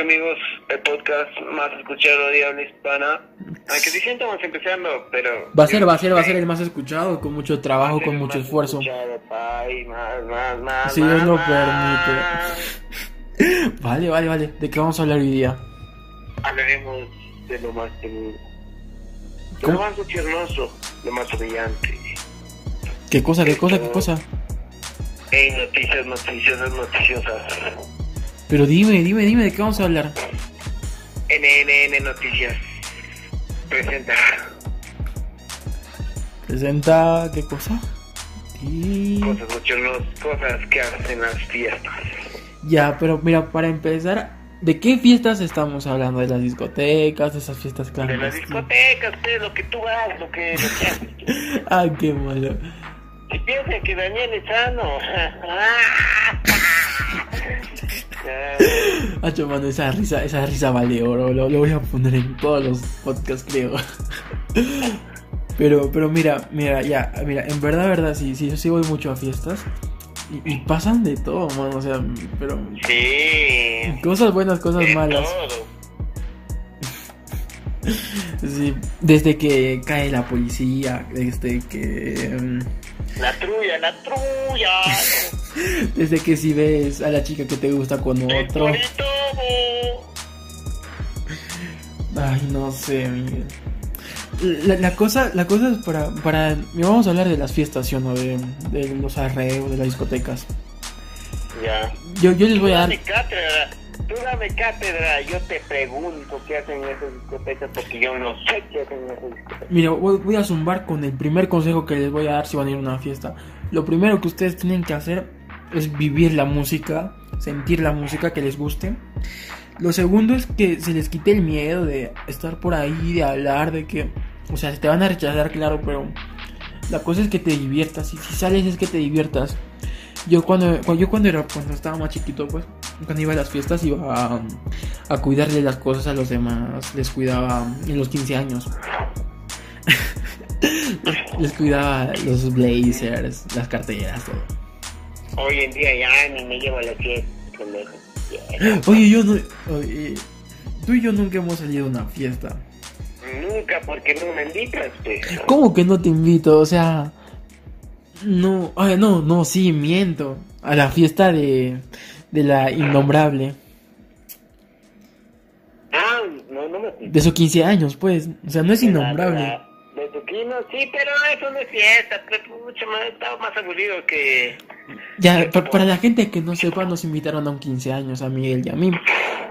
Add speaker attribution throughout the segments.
Speaker 1: amigos, el podcast más escuchado de habla hispana. Aunque sí estamos empezando, pero... Eh,
Speaker 2: Va a ser, va a ser, va a ser el más escuchado, con mucho trabajo, con mucho
Speaker 1: Más
Speaker 2: esfuerzo.
Speaker 1: escuchado, pay, más, más, más,
Speaker 2: Si Dios
Speaker 1: más,
Speaker 2: lo
Speaker 1: más.
Speaker 2: permite. Vale, vale, vale. ¿De qué vamos a hablar hoy día?
Speaker 1: Hablaremos de lo más temido. De
Speaker 2: ¿Cómo?
Speaker 1: Lo más bochornoso, lo más brillante.
Speaker 2: ¿Qué cosa, qué cosa, qué cosa?
Speaker 1: Ey, noticias noticiosas, noticiosas.
Speaker 2: Pero dime, dime, dime, ¿de qué vamos a hablar?
Speaker 1: NNN Noticias. Presenta.
Speaker 2: Presenta, ¿qué cosa? Y...
Speaker 1: Cosas bochornosas, cosas que hacen las fiestas.
Speaker 2: Ya, pero mira, para empezar, ¿de qué fiestas estamos hablando? ¿De las discotecas, de esas fiestas
Speaker 1: De las
Speaker 2: clandestinas?
Speaker 1: discotecas, de lo que tú vas, lo que, lo que haces.
Speaker 2: Ah, qué malo.
Speaker 1: Si piensan que Daniel es sano. Ah,
Speaker 2: Hacho, mano, esa risa, esa risa vale oro. Lo, lo voy a poner en todos los podcasts, creo. Pero, pero mira, mira, ya, mira, en verdad, verdad, sí, sí, yo sí voy mucho a fiestas. Y, y pasan de todo, mano, o sea, pero...
Speaker 1: sí.
Speaker 2: Cosas buenas, cosas
Speaker 1: de
Speaker 2: malas.
Speaker 1: todo.
Speaker 2: Sí, desde que cae la policía, desde que... mm,
Speaker 1: La trulla, la trulla.
Speaker 2: Desde que si ves a la chica que te gusta con
Speaker 1: El
Speaker 2: otro.
Speaker 1: torito.
Speaker 2: Ay, no sé, Miguel. La, la cosa, la cosa es para, para. mira, Vamos a hablar de las fiestas, ¿sí o no? De, de los arreos, de las discotecas.
Speaker 1: Ya.
Speaker 2: Yo, yo les voy a
Speaker 1: Tú
Speaker 2: dar.
Speaker 1: dame cátedra, tú dame cátedra, yo te pregunto qué hacen en esas discotecas porque yo no sé qué hacen en esas discotecas.
Speaker 2: Mira, voy, voy a zumbar con el primer consejo que les voy a dar si van a ir a una fiesta. Lo primero que ustedes tienen que hacer es vivir la música, sentir la música que les guste. Lo segundo es que se les quite el miedo de estar por ahí, de hablar, de que, o sea, te van a rechazar, claro, pero la cosa es que te diviertas. Y si sales es que te diviertas. Yo cuando, cu- yo cuando era, cuando estaba más chiquito, pues, cuando iba a las fiestas iba a, a cuidarle las cosas a los demás. Les cuidaba en los 15 años. Les- Les cuidaba los blazers, las carteras, todo.
Speaker 1: Hoy en día ya ni me llevo a la fiesta. pendejo.
Speaker 2: Oye, yo no. oye, tú y yo nunca hemos salido a una fiesta.
Speaker 1: Nunca porque no me invitas, pues.
Speaker 2: ¿Cómo que no te invito? O sea. No, ay, no, no, sí, miento. A la fiesta de. de la innombrable.
Speaker 1: Ah, no, no me
Speaker 2: De sus 15 años, pues. O sea, no es innombrable.
Speaker 1: De Tuquino, sí, pero eso no es fiesta. Pues, pucha, me he estado más aburrido que.
Speaker 2: Ya, pa- para la gente que no sepa, nos invitaron a un 15 años, a Miguel y a mí.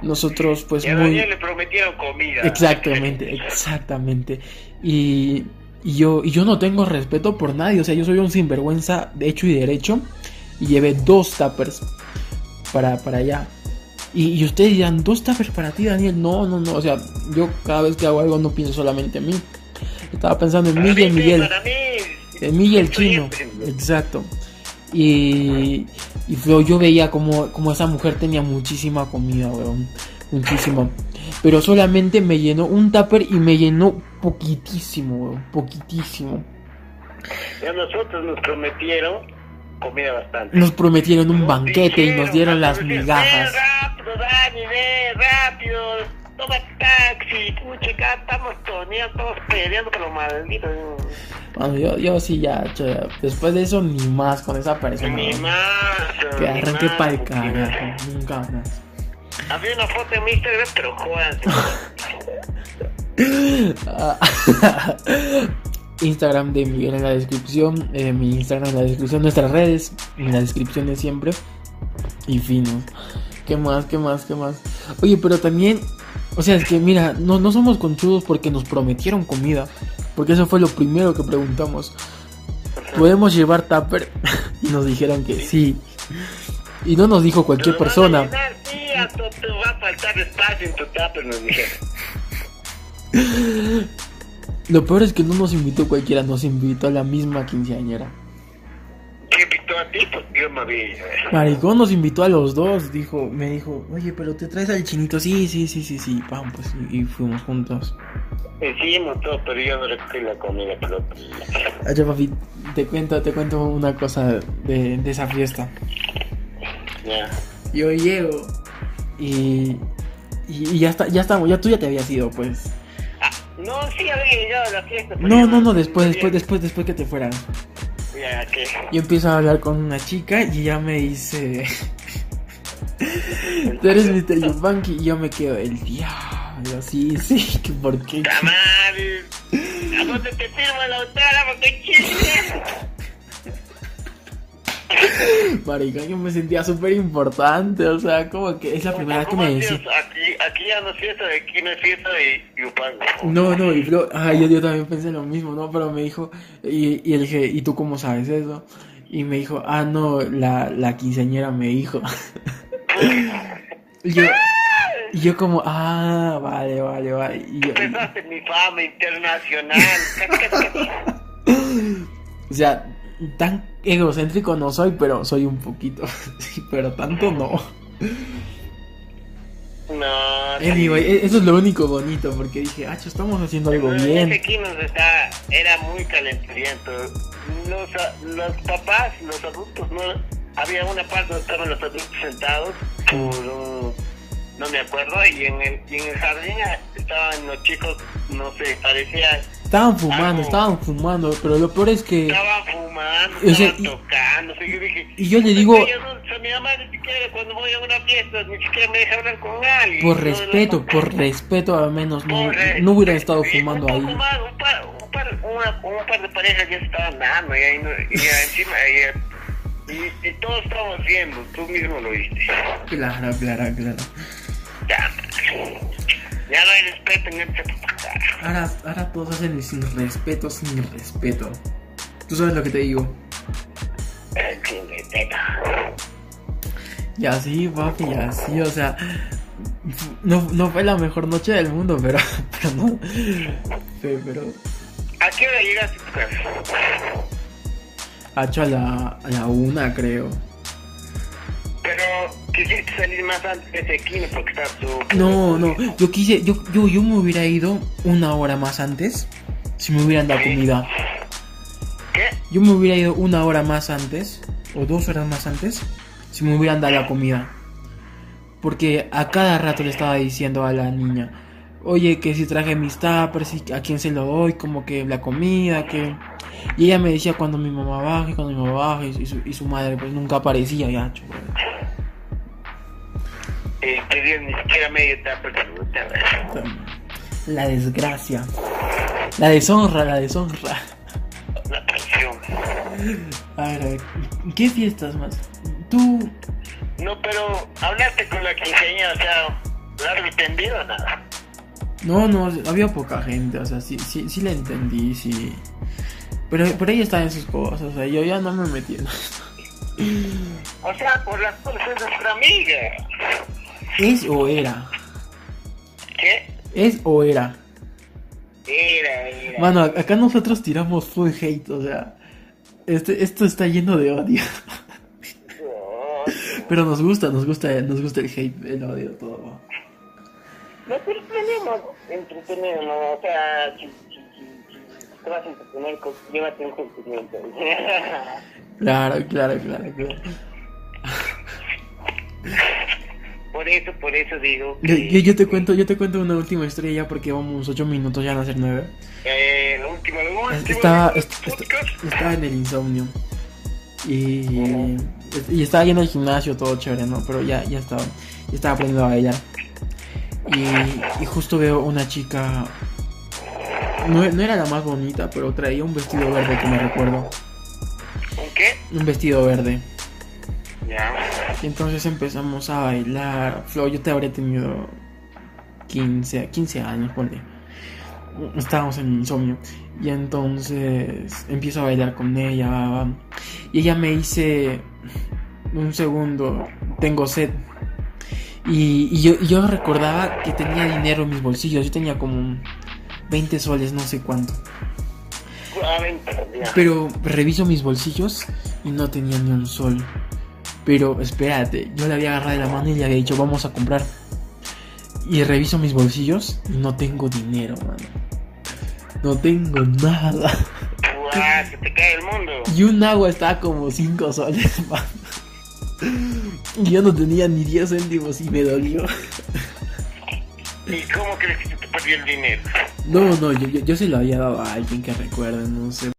Speaker 2: Nosotros, pues,
Speaker 1: Y a
Speaker 2: muy.
Speaker 1: Daniel le prometieron comida.
Speaker 2: Exactamente, exactamente. Y, y yo, y yo no tengo respeto por nadie. O sea, yo soy un sinvergüenza de hecho y derecho. Y llevé dos tappers para, para allá. Y, y ustedes dirán, ¿dos tappers para ti, Daniel? No, no, no. O sea, yo cada vez que hago algo no pienso solamente en mí. Estaba pensando en
Speaker 1: Para
Speaker 2: mí
Speaker 1: mí,
Speaker 2: y en
Speaker 1: sí,
Speaker 2: Miguel.
Speaker 1: Para mí.
Speaker 2: En mí y el
Speaker 1: Estoy
Speaker 2: chino.
Speaker 1: enfermo.
Speaker 2: Exacto. Y, y yo, yo veía como, como esa mujer tenía muchísima comida, weón. Muchísima. Pero solamente me llenó un tupper y me llenó poquitísimo, weón. Poquitísimo.
Speaker 1: Y a nosotros nos prometieron comida bastante.
Speaker 2: Nos prometieron un banquete y
Speaker 1: Dijeron,
Speaker 2: nos dieron las
Speaker 1: "Ve
Speaker 2: migajas.
Speaker 1: rápido, Dani, ve rápido. Toma taxi, pucha, acá estamos toneando, estamos peleando con los malditos.
Speaker 2: Bueno, yo, yo sí ya, cho, ya. después de eso ni más con esa persona.
Speaker 1: Ni
Speaker 2: weón.
Speaker 1: más.
Speaker 2: Que
Speaker 1: ni
Speaker 2: arranque
Speaker 1: más,
Speaker 2: para el
Speaker 1: porque ni más.
Speaker 2: carajo. Nunca más.
Speaker 1: Había una foto en mi Instagram, pero jodan.
Speaker 2: Ah, Instagram de Miguel en la descripción, eh, mi Instagram en la descripción, nuestras redes en la descripción de siempre. Y finos. ¿Qué más? ¿Qué más? ¿Qué más? Oye, pero también, o sea, es que mira, no, no somos conchudos porque nos prometieron comida. Porque eso fue lo primero que preguntamos. ¿Podemos llevar tupper? y nos dijeron que sí. Y no nos dijo cualquier persona.
Speaker 1: Sí, hasta te va a faltar espacio en tu tupper, nos dijeron.
Speaker 2: Lo peor es que no nos invitó cualquiera, nos invitó a la misma quinceañera.
Speaker 1: ¿Qué pitó a ti? Pues yo me vi.
Speaker 2: Maricón nos invitó a los dos, dijo, me dijo, oye, pero te traes al chinito, sí, sí, sí, sí, sí, pam, pues, y, y fuimos juntos.
Speaker 1: Hicimos todo, pero yo no recogí la comida, pero...
Speaker 2: Oye, papi, te cuento, te cuento una cosa de, de esa fiesta.
Speaker 1: Ya.
Speaker 2: Yo llego y, Y, y ya está, ya estamos, ya tú ya te habías ido, pues.
Speaker 1: Ah, no, sí, había llegado a la fiesta. pero
Speaker 2: No,
Speaker 1: ya
Speaker 2: no, no, después,
Speaker 1: había-
Speaker 2: después, después, después que te fueras.
Speaker 1: Ya, que.
Speaker 2: Yo empiezo a hablar con una chica y ella me dice, tú eres Mr. Yupanqui y yo me quedo, el diablo, sí, sí, que por qué.
Speaker 1: Tamal. ¿A dónde te firmo el autógrafo? ¡Qué chiste!
Speaker 2: Marica, yo me sentía súper importante, o sea, como que es la primera vez que me decís.
Speaker 1: Aquí, aquí ya no es fiesta de aquí, no es fiesta de Yupango.
Speaker 2: No, no, y creo- ah, yo, yo también pensé lo mismo, ¿no? Pero me dijo, y, y le dije, ¿y tú cómo sabes eso? Y me dijo, ah, no, la, la quinceañera me dijo. y, yo, y yo como, ah, vale, vale, vale. Y yo- y-
Speaker 1: Empezaste mi fama internacional.
Speaker 2: o sea, tan egocéntrico no soy, pero soy un poquito. Sí, pero tanto no.
Speaker 1: no. sí.
Speaker 2: Anyway, e- eso es lo único bonito, porque dije, ah, estamos haciendo algo
Speaker 1: No,
Speaker 2: bien.
Speaker 1: Ese Kinos está, era muy calenturiento. Los, a- los papás, los adultos, no había una parte donde estaban los adultos sentados, por un- no me acuerdo, y en el, y en el jardín ah, estaban los chicos, no sé, parecía,
Speaker 2: Estaban fumando,
Speaker 1: Algo.
Speaker 2: estaban fumando, pero lo peor es que...
Speaker 1: estaban fumando,
Speaker 2: O sea,
Speaker 1: estaban
Speaker 2: y-
Speaker 1: tocando, así que dije, "Pues
Speaker 2: y yo le digo-
Speaker 1: "Yo no- o sea, mi mamá ni siquiera cuando voy a una fiesta, ni siquiera me deja hablar con alguien.
Speaker 2: Por
Speaker 1: No, no,
Speaker 2: respeto,
Speaker 1: no.
Speaker 2: por respeto al menos no,
Speaker 1: Corre.
Speaker 2: no hubiera estado
Speaker 1: Sí,
Speaker 2: fumando
Speaker 1: un poco
Speaker 2: ahí.
Speaker 1: más, un par, un par- una- un par de parejas ya se estaban dando y ahí no- y ya encima y, y- y todos estábamos viendo, tú mismo lo viste.
Speaker 2: Claro, claro, claro.
Speaker 1: Ya, ya no hay respeto en este lugar.
Speaker 2: Ahora, ahora todos hacen el sin respeto, sin respeto. Tú sabes lo que te digo.
Speaker 1: Eh, chingueteta.
Speaker 2: Y así, papi, y así, o sea. fu- No, no fue la mejor noche del mundo, pero. Pero no. Pero. pero-
Speaker 1: ¿A qué hora llegaste a tu casa?
Speaker 2: hacho a la, a la una, creo.
Speaker 1: Pero quisiste salir más antes de ese kino porque estás tú.
Speaker 2: No, no, yo quise. Yo, yo, yo me hubiera ido una hora más antes si me hubieran dado comida.
Speaker 1: ¿Qué?
Speaker 2: Yo me hubiera ido una hora más antes, o dos horas más antes, si me hubieran dado la comida. Porque a cada rato le estaba diciendo a la niña, oye, que si traje mis tapas, y a quién se lo doy, como que la comida, que... Y ella me decía cuando mi mamá baje, cuando mi mamá baje, y su, y su madre pues nunca aparecía, ya, chulo.
Speaker 1: Eh, te di ni siquiera medio tapa. chuta, güey.
Speaker 2: La desgracia. La deshonra, la deshonra.
Speaker 1: La presión.
Speaker 2: A ver, a ver, ¿qué fiestas más? Tú,
Speaker 1: No, pero hablaste con la quinceañera, o sea, largo y tendido o nada.
Speaker 2: No, no, había poca gente, o sea, sí, sí, sí la entendí, sí. Pero por ahí estaba en sus cosas, o sea, yo ya no me metí en
Speaker 1: O sea, por las cosas es nuestra amiga.
Speaker 2: ¿Es o era?
Speaker 1: ¿Qué?
Speaker 2: ¿Es o era?
Speaker 1: Era, era.
Speaker 2: Mano, a- acá nosotros tiramos full hate, o sea, este, esto está lleno de odio.
Speaker 1: No,
Speaker 2: Pero nos gusta, nos gusta, nos gusta el hate, el odio, todo.
Speaker 1: No, pero tenemos entretenernos, o sea, si, si, si, si te vas a entretener, con- llévate un sentimiento.
Speaker 2: Claro, claro, claro, claro.
Speaker 1: por eso, por eso digo
Speaker 2: Yo,
Speaker 1: que
Speaker 2: yo- yo te cuento, yo te cuento una última historia ya porque vamos 8 minutos, ya van a ser 9.
Speaker 1: eh, la última, la última.
Speaker 2: estaba,
Speaker 1: del
Speaker 2: est- est-
Speaker 1: podcast.
Speaker 2: estaba en el insomnio. Y, y estaba yendo al gimnasio, todo chévere, ¿no? Pero ya, ya estaba, ya estaba aprendiendo a bailar. Y, y justo veo una chica. No, no era la más bonita, pero traía un vestido verde que me recuerdo.
Speaker 1: ¿Con qué?
Speaker 2: Un vestido verde.
Speaker 1: Ya.
Speaker 2: Y entonces empezamos a bailar. Flo, yo te habré tenido 15, 15 años, ponle. Estábamos en insomnio. Y entonces empiezo a bailar con ella. va, va. Y ella me dice, un segundo, tengo sed. Y, y yo, y yo recordaba que tenía dinero en mis bolsillos. Yo tenía como 20 soles, no sé cuánto.
Speaker 1: A 20, ya.
Speaker 2: Pero reviso mis bolsillos y no tenía ni un sol. Pero espérate, yo le había agarrado de la mano y le había dicho, vamos a comprar. Y reviso mis bolsillos y no tengo dinero, mano. No tengo nada.
Speaker 1: Guau, se te cae el mundo.
Speaker 2: Y un agua estaba como 5 soles, mano. Y yo no tenía ni 10 céntimos y me dolió.
Speaker 1: ¿Y cómo crees que se te perdió el dinero?
Speaker 2: No, no, yo, yo, yo se lo había dado a alguien que recuerde, no sé.